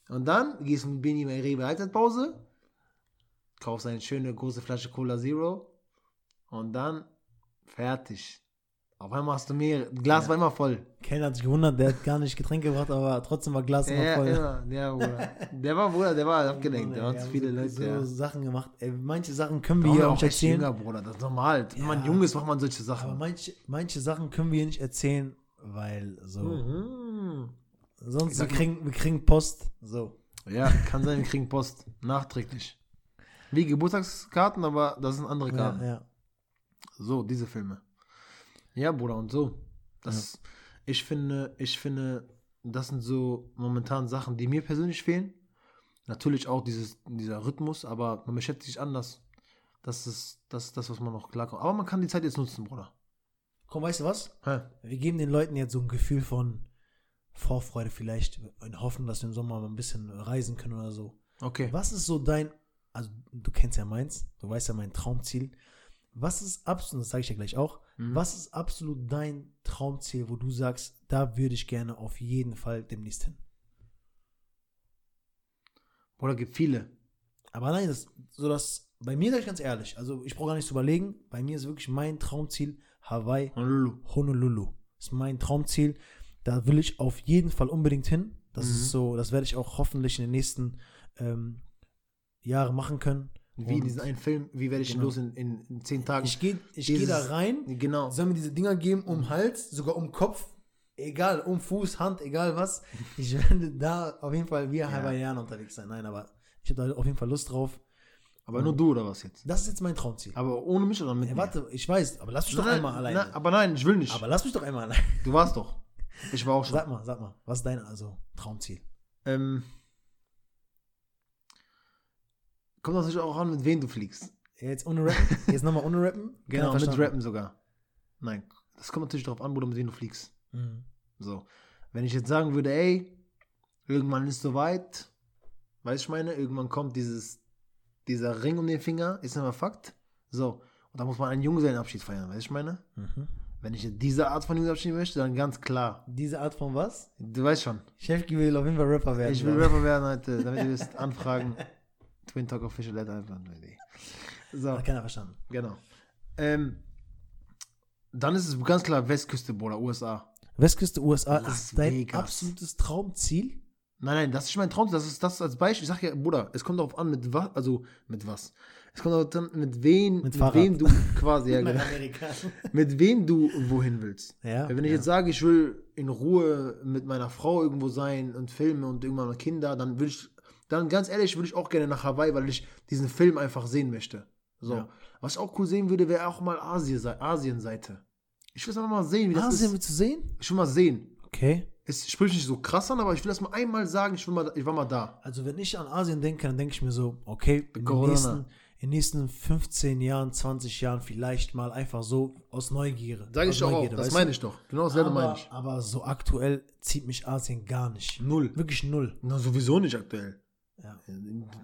Speaker 2: Und dann gehst du mit Bini bei Rewe Halbzeitpause, kaufst eine schöne große Flasche Cola Zero und dann fertig. Auf einmal hast du mehr, Glas war immer voll.
Speaker 1: Kellner hat sich gewundert, der hat gar nicht Getränke gebracht, aber trotzdem war Glas immer
Speaker 2: Ja,
Speaker 1: voll.
Speaker 2: immer. Der, Bruder. der war Bruder,
Speaker 1: [laughs]
Speaker 2: der war abgelenkt. Der
Speaker 1: Mann, ey,
Speaker 2: hat zu
Speaker 1: wir
Speaker 2: viele
Speaker 1: haben
Speaker 2: Leute.
Speaker 1: So
Speaker 2: ja.
Speaker 1: Sachen gemacht. Ey, manche Sachen können wir
Speaker 2: Wir waren
Speaker 1: hier
Speaker 2: auch
Speaker 1: nicht
Speaker 2: echt
Speaker 1: erzählen.
Speaker 2: jünger, Bruder, das ist normal. Wenn man
Speaker 1: Ja.
Speaker 2: jung ist, macht man solche Sachen.
Speaker 1: Aber manche, manche Sachen können wir hier nicht erzählen, weil so.
Speaker 2: Mhm.
Speaker 1: Sonst wir
Speaker 2: sag mal-
Speaker 1: kriegen, wir kriegen Post. So.
Speaker 2: Ja, kann sein, wir kriegen Post. Nachträglich. Wie Geburtstagskarten, aber das sind andere Karten.
Speaker 1: Ja, ja.
Speaker 2: So, diese Filme. Ja, Bruder, und so. Das, Ich finde, ich finde, das sind so momentan Sachen, die mir persönlich fehlen. Natürlich auch dieses, dieser Rhythmus, aber man beschäftigt sich anders. Das ist das, ist das was man noch klarkommt. Aber man kann die Zeit jetzt nutzen, Bruder.
Speaker 1: Komm, weißt du was?
Speaker 2: Hä?
Speaker 1: Wir geben den Leuten jetzt so ein Gefühl von Vorfreude vielleicht und hoffen, dass wir im Sommer mal ein bisschen reisen können oder so.
Speaker 2: Okay.
Speaker 1: Was ist so dein, also du kennst ja meins, du weißt ja mein Traumziel. Was ist absolut, das sage ich dir gleich auch,
Speaker 2: Mhm.
Speaker 1: was ist absolut dein Traumziel, wo du sagst, da würde ich gerne auf jeden Fall demnächst hin?
Speaker 2: Bruder, gibt viele.
Speaker 1: Aber nein, das, so das, bei mir sage ich ganz ehrlich, also ich brauche gar nicht zu überlegen, bei mir ist wirklich mein Traumziel Hawaii,
Speaker 2: Honolulu.
Speaker 1: Honolulu. Ist mein Traumziel, da will ich auf jeden Fall unbedingt hin. Das
Speaker 2: Mhm.
Speaker 1: ist so, das werde ich auch hoffentlich in den nächsten ähm, Jahren machen können.
Speaker 2: Wie
Speaker 1: Und
Speaker 2: diesen einen Film, wie werde ich
Speaker 1: Genau.
Speaker 2: los in, in, in zehn Tagen?
Speaker 1: Ich gehe ich geh
Speaker 2: Dieses-
Speaker 1: da rein
Speaker 2: genau.
Speaker 1: Soll mir diese Dinger geben um den Hals, sogar um den Kopf, egal, um Fuß, Hand, egal
Speaker 2: [laughs]
Speaker 1: was. Ich werde da auf jeden Fall wie ja. Hawaiianer unterwegs sein. Nein, aber ich habe da auf jeden Fall Lust drauf.
Speaker 2: Aber nur du oder was jetzt?
Speaker 1: Das ist jetzt mein Traumziel.
Speaker 2: Aber ohne mich oder mit
Speaker 1: Ey,
Speaker 2: mir?
Speaker 1: warte, ich weiß, aber lass mich doch
Speaker 2: Nein,
Speaker 1: einmal alleine.
Speaker 2: nein, aber nein, ich will nicht.
Speaker 1: aber lass mich doch einmal alleine.
Speaker 2: du warst doch. Ich war auch schon.
Speaker 1: Sag mal, sag mal, was ist dein also Traumziel?
Speaker 2: Ähm, kommt natürlich auch an, mit wem du fliegst.
Speaker 1: Jetzt ohne rappen, jetzt nochmal ohne rappen.
Speaker 2: [laughs] Genau,
Speaker 1: Keiner
Speaker 2: mit
Speaker 1: verstanden.
Speaker 2: Rappen sogar. Nein, das kommt natürlich darauf an, Bruder, mit wem du fliegst.
Speaker 1: Mhm.
Speaker 2: So. Wenn ich jetzt sagen würde, ey, irgendwann ist soweit, weiß ich meine, irgendwann kommt dieses, dieser Ring um den Finger, ist immer Fakt. So. Und da muss man einen Junggesellenabschied feiern, weiß ich meine?
Speaker 1: Mhm.
Speaker 2: Wenn ich jetzt diese Art von Junggesellenabschied möchte, dann ganz klar.
Speaker 1: Diese Art von was?
Speaker 2: Du weißt schon.
Speaker 1: Chefki will auf jeden Fall Rapper werden.
Speaker 2: Ich will
Speaker 1: glaub
Speaker 2: Rapper werden heute, damit ihr wisst, anfragen. [laughs] Twin Talk Official at einfach.de. So,
Speaker 1: Hat keiner verstanden.
Speaker 2: genau. Ähm, dann ist es ganz klar Westküste, Bruder, USA.
Speaker 1: Westküste USA
Speaker 2: Las
Speaker 1: ist dein
Speaker 2: Vegas.
Speaker 1: absolutes Traumziel.
Speaker 2: Nein, nein, das ist mein Traum, das ist das als Beispiel. Ich sag ja, Bruder, es kommt darauf an, mit was, also mit was. Es kommt darauf an, mit wem, mit,
Speaker 1: Fahrrad.
Speaker 2: wem du quasi, ja, genau,
Speaker 1: Amerika.
Speaker 2: mit wem du wohin willst.
Speaker 1: Ja,
Speaker 2: Weil Wenn ich
Speaker 1: ja.
Speaker 2: jetzt sage, ich will in Ruhe mit meiner Frau irgendwo sein und Filme und irgendwann mal Kinder, dann würde ich, dann ganz ehrlich, würde ich auch gerne nach Hawaii, weil ich diesen Film einfach sehen möchte. So.
Speaker 1: Ja.
Speaker 2: Was ich auch cool sehen würde, wäre auch mal Asien, Asienseite. Ich will es einfach mal sehen, wie das
Speaker 1: [laughs] Asien
Speaker 2: ist.
Speaker 1: willst du sehen?
Speaker 2: Ich will mal sehen.
Speaker 1: Okay.
Speaker 2: Es spricht nicht so krass an, aber ich will das mal einmal sagen, ich, will mal, ich war mal da.
Speaker 1: Also wenn ich an Asien denke, dann denke ich mir so, okay, in den,
Speaker 2: Corona.
Speaker 1: nächsten, in den nächsten 15 Jahren, 20 Jahren vielleicht mal einfach so aus Neugier.
Speaker 2: Sage ich
Speaker 1: aus
Speaker 2: doch auch,
Speaker 1: Neugierde,
Speaker 2: das
Speaker 1: weißt
Speaker 2: meine
Speaker 1: du?
Speaker 2: ich doch. Genau dasselbe meine
Speaker 1: aber,
Speaker 2: ich.
Speaker 1: aber so aktuell zieht mich Asien gar nicht.
Speaker 2: Null.
Speaker 1: Wirklich null.
Speaker 2: Na, sowieso nicht aktuell.
Speaker 1: Ja.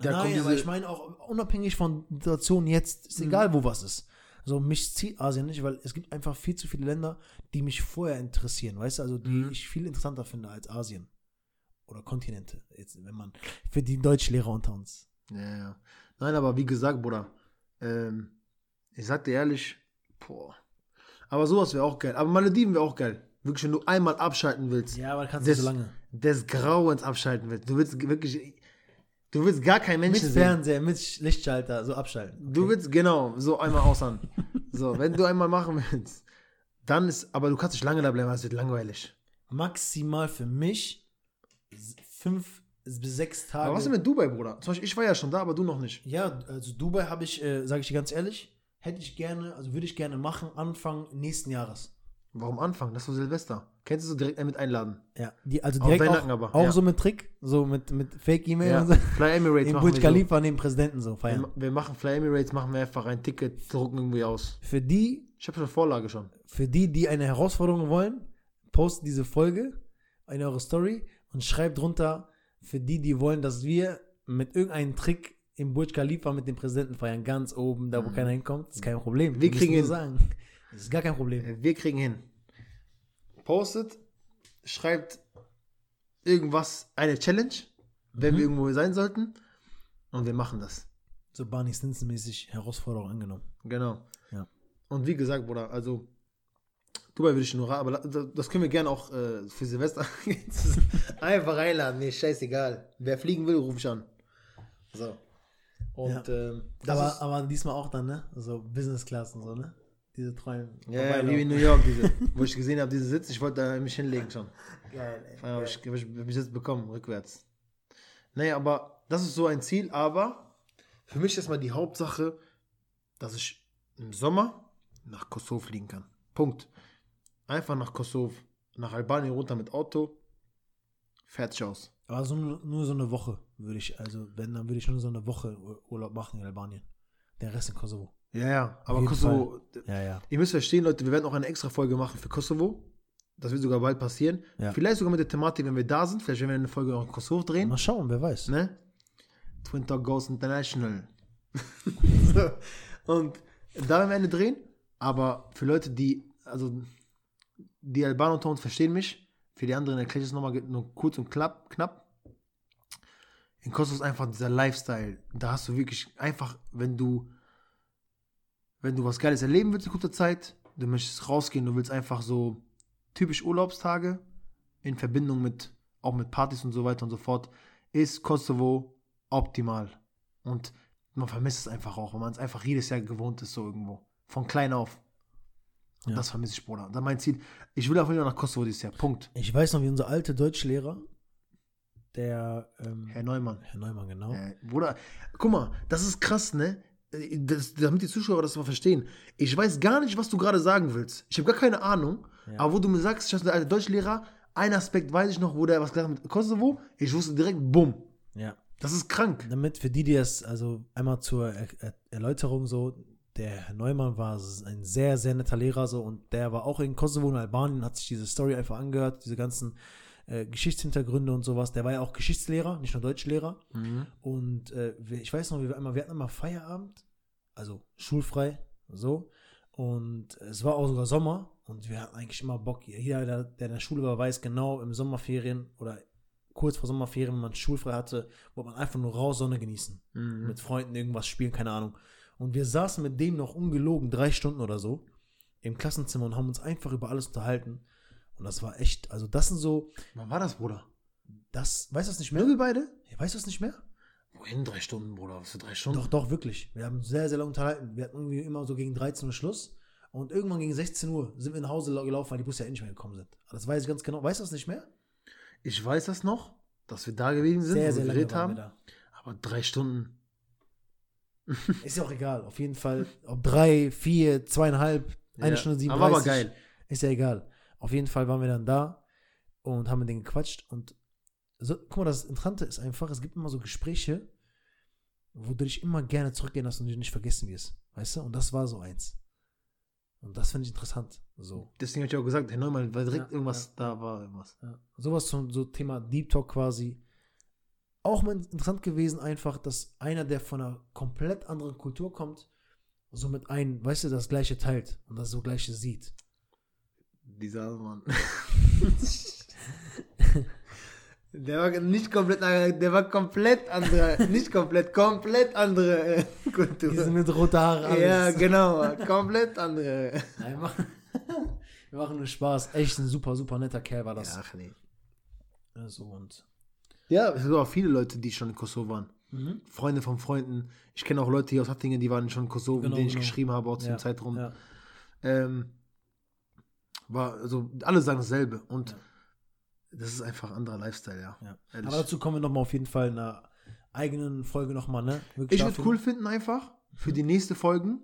Speaker 2: Da
Speaker 1: Nein,
Speaker 2: kommt diese, Mhm.
Speaker 1: aber ich meine auch unabhängig von Situationen jetzt, ist egal, wo was ist. Also mich zieht Asien nicht, weil es gibt einfach viel zu viele Länder, die mich vorher interessieren, weißt du, also die
Speaker 2: Mhm.
Speaker 1: ich viel interessanter finde als Asien. Oder Kontinente, jetzt, wenn man, für die Deutschlehrer unter uns.
Speaker 2: Ja, ja. Nein, aber wie gesagt, Bruder, ähm, ich sag dir ehrlich, boah. Aber sowas wäre auch geil. Aber Malediven wäre auch geil. Wirklich, wenn du einmal abschalten willst,
Speaker 1: Ja, aber kannst
Speaker 2: du
Speaker 1: du
Speaker 2: nicht
Speaker 1: so
Speaker 2: so
Speaker 1: lange.
Speaker 2: des Grauens abschalten willst. Du willst wirklich, du willst gar keinen
Speaker 1: Mit
Speaker 2: Menschen sehen.
Speaker 1: Fernseher, mit Sch- Lichtschalter, so abschalten.
Speaker 2: Du willst, genau, so einmal aus an. so, wenn du einmal machen willst, dann ist, aber du kannst nicht lange da bleiben, weil es wird langweilig.
Speaker 1: Maximal für mich s- fünf bis sechs Tage.
Speaker 2: Aber was ist mit Dubai, Bruder? Zum Beispiel, ich war ja schon da, aber du noch nicht.
Speaker 1: Ja, also Dubai habe ich, äh, sage ich dir ganz ehrlich, hätte ich gerne, also würde ich gerne machen Anfang nächsten Jahres.
Speaker 2: Warum anfangen? Das ist so Silvester. Kennst du so direkt einen mit einladen?
Speaker 1: Ja, die, also
Speaker 2: Auf
Speaker 1: direkt
Speaker 2: deinen
Speaker 1: auch,
Speaker 2: Nacken aber,
Speaker 1: auch
Speaker 2: ja.
Speaker 1: so mit Trick, so mit, mit Fake-E-Mail
Speaker 2: Ja.
Speaker 1: und so.
Speaker 2: Fly Emirates
Speaker 1: Den
Speaker 2: machen
Speaker 1: Burj
Speaker 2: wir so.
Speaker 1: Khalifa neben Präsidenten so feiern.
Speaker 2: Wir, wir machen Fly Emirates, machen wir einfach ein Ticket, drucken irgendwie aus.
Speaker 1: Für die,
Speaker 2: Ich habe schon eine Vorlage schon.
Speaker 1: für die, die eine Herausforderung wollen, postet diese Folge in eure Story und schreibt drunter, für die, die wollen, dass wir mit irgendeinem Trick im Burj Khalifa mit dem Präsidenten feiern, ganz oben, da wo keiner hinkommt, ist kein Problem.
Speaker 2: Mhm. Wir
Speaker 1: müssen
Speaker 2: kriegen
Speaker 1: nur
Speaker 2: ihn.
Speaker 1: sagen. Das ist gar kein Problem.
Speaker 2: Wir kriegen hin. Postet, schreibt irgendwas, eine Challenge, wenn wir irgendwo sein sollten. Und wir machen das.
Speaker 1: So Barney Stinson-mäßig Herausforderung angenommen.
Speaker 2: Genau.
Speaker 1: Ja.
Speaker 2: Und wie gesagt, Bruder, also Dubai würde ich nur raten, aber da- das können wir gerne auch äh, für Silvester [laughs] einfach reinladen. Mir ist scheißegal. Wer fliegen will, ruf ich an. So. Und ähm, das
Speaker 1: Aber,
Speaker 2: ist,
Speaker 1: aber diesmal auch dann, ne? So Business Class und so, ne? Diese Träume.
Speaker 2: ja, ja, wie in New York, diese, wo ich gesehen habe, diesen Sitz, ich wollte da mich hinlegen schon.
Speaker 1: Geil, ey.
Speaker 2: Ja, hab ich habe ich, hab ich jetzt bekommen, rückwärts. Naja, aber das ist so ein Ziel, aber für mich ist erstmal die Hauptsache, dass ich im Sommer nach Kosovo fliegen kann. Punkt. Einfach nach Kosovo, nach Albanien runter mit Auto, fertig aus.
Speaker 1: Aber so, nur so eine Woche würde ich, also wenn, dann würde ich nur so eine Woche Ur- Urlaub machen in Albanien. Der Rest in Kosovo.
Speaker 2: Ja, ja, aber
Speaker 1: jeden
Speaker 2: Kosovo,
Speaker 1: Ja, ja.
Speaker 2: ihr müsst verstehen, Leute, wir werden auch eine extra Folge machen für Kosovo. Das wird sogar bald passieren.
Speaker 1: Ja.
Speaker 2: Vielleicht sogar mit der Thematik, wenn wir da sind. Vielleicht werden wir eine Folge auch in Kosovo drehen.
Speaker 1: Mal schauen, wer weiß.
Speaker 2: ne? Twin Talk Goes International. so. Und da werden wir Ende drehen, aber für Leute, die, also die Albaner unter uns verstehen mich, für die anderen erkläre ich es nochmal nur kurz und klapp, knapp. In Kosovo ist einfach dieser Lifestyle, da hast du wirklich einfach, wenn du wenn du was Geiles erleben willst in kurzer Zeit, du möchtest rausgehen, du willst einfach so typisch Urlaubstage in Verbindung mit auch mit Partys und so weiter und so fort, ist Kosovo optimal. Und man vermisst es einfach auch, weil man es einfach jedes Jahr gewohnt ist, so irgendwo. Von klein auf. Und
Speaker 1: Ja.
Speaker 2: das vermisse ich, Bruder. Das ist mein Ziel. Ich will auf jeden Fall nach Kosovo dieses Jahr. Punkt.
Speaker 1: Ich weiß noch, wie unser alter Deutschlehrer, der ähm,
Speaker 2: Herr Neumann.
Speaker 1: Herr Neumann, genau.
Speaker 2: Äh, Bruder, guck mal, das ist krass, ne? Äh, Das, damit die Zuschauer das mal verstehen. Ich weiß gar nicht, was du gerade sagen willst. Ich habe gar keine Ahnung.
Speaker 1: Ja.
Speaker 2: Aber wo du mir sagst, ich hatte einen Deutschlehrer, einen Aspekt weiß ich noch, wo der was gesagt hat mit Kosovo. Ich wusste direkt, bumm.
Speaker 1: Ja.
Speaker 2: Das ist krank.
Speaker 1: Damit für die, die das, also einmal zur er er Erläuterung so, der Herr Neumann war s- ein sehr, sehr netter Lehrer so und der war auch in Kosovo und Albanien, hat sich diese Story einfach angehört, diese ganzen äh, Geschichtshintergründe und sowas. Der war ja auch Geschichtslehrer, nicht nur Deutschlehrer.
Speaker 2: Mhm.
Speaker 1: Und äh, wir- ich weiß noch, wie wir einmal, wir hatten einmal Feierabend, also schulfrei, so. Und es war auch sogar Sommer und wir hatten eigentlich immer Bock. Jeder, der, der in der Schule war, weiß genau, im Sommerferien oder kurz vor Sommerferien, wenn man schulfrei hatte, wollte man einfach nur raus Sonne genießen.
Speaker 2: Mhm.
Speaker 1: Mit Freunden irgendwas spielen, keine Ahnung. Und wir saßen mit dem noch ungelogen, drei Stunden oder so, im Klassenzimmer und haben uns einfach über alles unterhalten. Und das war echt, also das sind so,
Speaker 2: Wann war das, Bruder?
Speaker 1: das, weißt du das nicht mehr?
Speaker 2: Nur wir beide?
Speaker 1: Weißt du das nicht mehr?
Speaker 2: Wohin drei Stunden, Bruder? Was für drei Stunden?
Speaker 1: Doch, doch, wirklich. Wir haben sehr, sehr lange unterhalten. Wir hatten irgendwie immer so gegen 13 Uhr Schluss. Und irgendwann gegen 16 Uhr sind wir nach Hause lau- gelaufen, weil die Busse ja eh nicht mehr gekommen sind. Aber Das weiß ich ganz genau. Weißt du das nicht mehr?
Speaker 2: Ich weiß das noch, dass wir da gewesen sind,
Speaker 1: Sehr,
Speaker 2: wo
Speaker 1: sehr
Speaker 2: wir
Speaker 1: lange
Speaker 2: geredet
Speaker 1: waren
Speaker 2: haben.
Speaker 1: wir da.
Speaker 2: Aber drei Stunden.
Speaker 1: Ist ja auch egal. Auf jeden Fall, ob drei, vier, zweieinhalb, eine
Speaker 2: Ja.
Speaker 1: Stunde sieben.
Speaker 2: Aber war geil.
Speaker 1: Ist ja egal. Auf jeden Fall waren wir dann da und haben mit denen gequatscht. Und so, guck mal, das Interessante ist einfach, es gibt immer so Gespräche, wo du dich immer gerne zurückgehen lässt und du nicht vergessen wirst. Weißt du? Und das war so eins. Und das finde ich interessant. So.
Speaker 2: Deswegen habe ich auch gesagt, Herr Neumann, weil direkt
Speaker 1: Ja,
Speaker 2: irgendwas da war. Irgendwas.
Speaker 1: Ja. Sowas zum so Thema Deep Talk quasi. Auch mal interessant gewesen, einfach, dass einer, der von einer komplett anderen Kultur kommt, so mit einem, weißt du, das Gleiche teilt und das so Gleiche sieht.
Speaker 2: Dieser Mann. [laughs] der war nicht komplett, andere- der war komplett andere, nicht komplett, komplett andere äh, Kultur.
Speaker 1: Die sind mit roter Haare alles.
Speaker 2: ja, genau, komplett andere.
Speaker 1: [laughs] Nein, wir machen, [laughs] wir machen nur Spaß. Echt ein super, super netter Kerl war das.
Speaker 2: Ach nee.
Speaker 1: Ja. So und.
Speaker 2: Ja, es sind auch viele Leute, die schon in Kosovo waren.
Speaker 1: Mhm.
Speaker 2: Freunde von Freunden. Ich kenne auch Leute hier aus Hattingen, die waren schon in Kosovo,
Speaker 1: Genau,
Speaker 2: mit denen ich
Speaker 1: genau.
Speaker 2: geschrieben habe, auch zu
Speaker 1: Ja,
Speaker 2: dem Zeitraum.
Speaker 1: Ja.
Speaker 2: Ähm, war, also, alle sagen dasselbe. Und
Speaker 1: Ja.
Speaker 2: das ist einfach ein anderer Lifestyle, ja.
Speaker 1: Ja.
Speaker 2: Ehrlich.
Speaker 1: Aber dazu kommen wir nochmal auf jeden Fall in einer eigenen Folge nochmal, ne? Wirklich
Speaker 2: Ich würde
Speaker 1: dafür-
Speaker 2: cool finden einfach für die nächste Folgen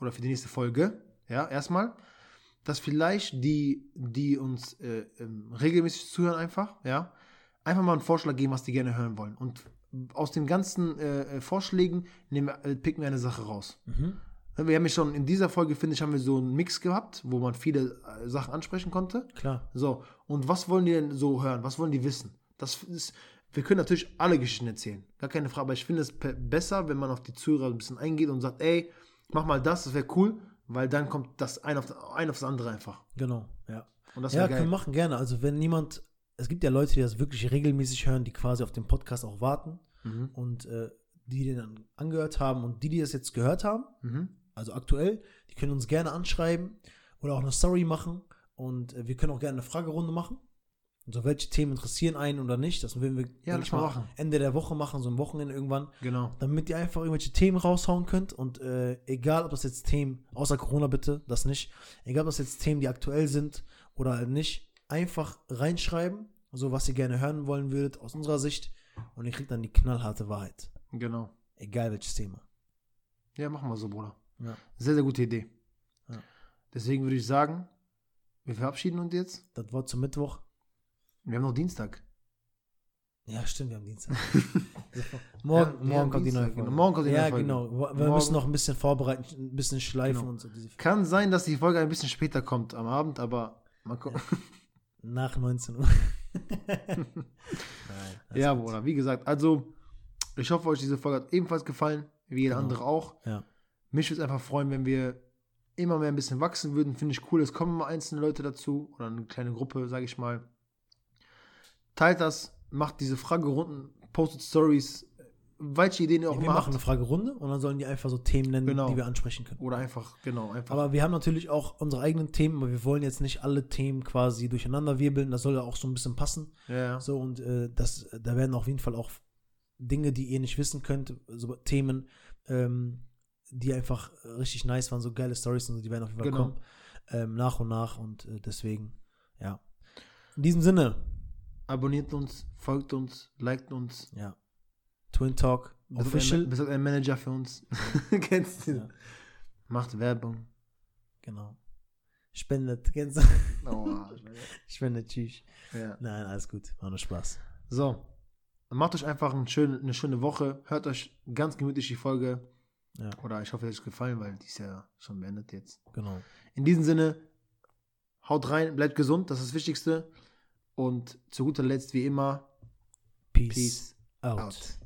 Speaker 2: oder für die nächste Folge, ja, erstmal, dass vielleicht die, die uns äh, ähm, regelmäßig zuhören, einfach, ja, einfach mal einen Vorschlag geben, was die gerne hören wollen. Und aus den ganzen äh, äh, Vorschlägen nehmen, wir- äh, picken wir eine Sache raus.
Speaker 1: Mhm.
Speaker 2: Wir haben ja schon in dieser Folge, finde ich, haben wir so einen Mix gehabt, wo man viele äh, Sachen ansprechen konnte.
Speaker 1: Klar.
Speaker 2: So, und was wollen die denn so hören? Was wollen die wissen? Das ist, wir können natürlich alle Geschichten erzählen, gar keine Frage, aber ich finde es pe- besser, wenn man auf die Zuhörer ein bisschen eingeht und sagt, ey, mach mal das, das wäre cool, weil dann kommt das ein auf, ein auf das andere einfach.
Speaker 1: Genau, ja.
Speaker 2: Und das
Speaker 1: ja,
Speaker 2: wäre
Speaker 1: können wir
Speaker 2: geil.
Speaker 1: machen, gerne. Also wenn niemand, es gibt ja Leute, die das wirklich regelmäßig hören, die quasi auf den Podcast auch warten
Speaker 2: Mhm.
Speaker 1: und äh, die den dann angehört haben und die, die das jetzt gehört haben,
Speaker 2: Mhm.
Speaker 1: also aktuell, die können uns gerne anschreiben oder auch eine Story machen und äh, wir können auch gerne eine Fragerunde machen. Also welche Themen interessieren einen oder nicht, das würden wir
Speaker 2: Ja,
Speaker 1: denk
Speaker 2: lass
Speaker 1: ich
Speaker 2: mal machen.
Speaker 1: Ende der Woche machen, so ein Wochenende irgendwann,
Speaker 2: Genau.
Speaker 1: damit ihr einfach irgendwelche Themen raushauen könnt und äh, egal, ob das jetzt Themen, außer Corona bitte, das nicht, egal, ob das jetzt Themen, die aktuell sind oder halt nicht, einfach reinschreiben, so was ihr gerne hören wollen würdet aus unserer Sicht und ihr kriegt dann die knallharte Wahrheit,
Speaker 2: Genau.
Speaker 1: egal welches Thema.
Speaker 2: Ja, machen wir so, Bruder.
Speaker 1: Ja.
Speaker 2: Sehr, sehr gute Idee.
Speaker 1: Ja.
Speaker 2: Deswegen würde ich sagen, wir verabschieden uns jetzt.
Speaker 1: Das Wort zum Mittwoch.
Speaker 2: Wir haben noch Dienstag.
Speaker 1: Ja, stimmt, wir haben Dienstag.
Speaker 2: [laughs]
Speaker 1: [laughs] morgen
Speaker 2: Ja, wir
Speaker 1: morgen
Speaker 2: haben
Speaker 1: kommt die neue
Speaker 2: Dienstag,
Speaker 1: Folge.
Speaker 2: genau. Morgen kommt die
Speaker 1: ja,
Speaker 2: neue Folge.
Speaker 1: genau. Wir wir
Speaker 2: Morgen-
Speaker 1: müssen noch ein bisschen vorbereiten, ein bisschen schleifen
Speaker 2: Genau.
Speaker 1: und so. Diese
Speaker 2: Kann sein, dass die Folge ein bisschen später kommt am Abend, aber mal gucken.
Speaker 1: nach 19 Uhr. [laughs] Nein,
Speaker 2: [laughs] Ja, Bruder, wie gesagt, also ich hoffe euch, diese Folge hat ebenfalls gefallen, wie jede
Speaker 1: Genau.
Speaker 2: andere auch.
Speaker 1: Ja.
Speaker 2: Mich würde es einfach freuen, wenn wir immer mehr ein bisschen wachsen würden. Finde ich cool, es kommen mal einzelne Leute dazu oder eine kleine Gruppe, sage ich mal. Teilt das, macht diese Fragerunden, postet Stories, welche Ideen ihr auch
Speaker 1: Wir
Speaker 2: immer
Speaker 1: machen eine
Speaker 2: habt.
Speaker 1: Fragerunde und dann sollen die einfach so Themen nennen,
Speaker 2: Genau.
Speaker 1: die wir ansprechen können.
Speaker 2: Oder einfach, genau, einfach.
Speaker 1: Aber wir haben natürlich auch unsere eigenen Themen, aber wir wollen jetzt nicht alle Themen quasi durcheinander wirbeln. Das soll ja auch so ein bisschen passen.
Speaker 2: ja, ja.
Speaker 1: So, und äh, das, da werden auf jeden Fall auch Dinge, die ihr nicht wissen könnt, so Themen, ähm, die einfach richtig nice waren, so geile Stories und so, die werden auf jeden Fall
Speaker 2: Genau.
Speaker 1: kommen. Ähm, nach und nach und äh, deswegen, ja. In diesem Sinne,
Speaker 2: Abonniert uns, folgt uns, liked uns.
Speaker 1: ja. Twin Talk
Speaker 2: Official.
Speaker 1: Official.
Speaker 2: Bist ein Manager
Speaker 1: [laughs]
Speaker 2: für uns. Kennst du?
Speaker 1: Ja.
Speaker 2: Macht Werbung.
Speaker 1: Genau. Spendet, [laughs] kennst du?
Speaker 2: Oh, [laughs]
Speaker 1: Spendet, tschüss.
Speaker 2: ja.
Speaker 1: Nein, alles gut. War nur Spaß.
Speaker 2: So. Macht euch einfach ein schön, eine schöne Woche. Hört euch ganz gemütlich die Folge.
Speaker 1: Ja.
Speaker 2: Oder ich hoffe, es hat euch gefallen, weil die ist ja schon beendet jetzt.
Speaker 1: Genau.
Speaker 2: In diesem Sinne, haut rein, bleibt gesund, das ist das Wichtigste. Und zu guter Letzt, wie immer,
Speaker 1: Peace,
Speaker 2: Peace
Speaker 1: out.
Speaker 2: out.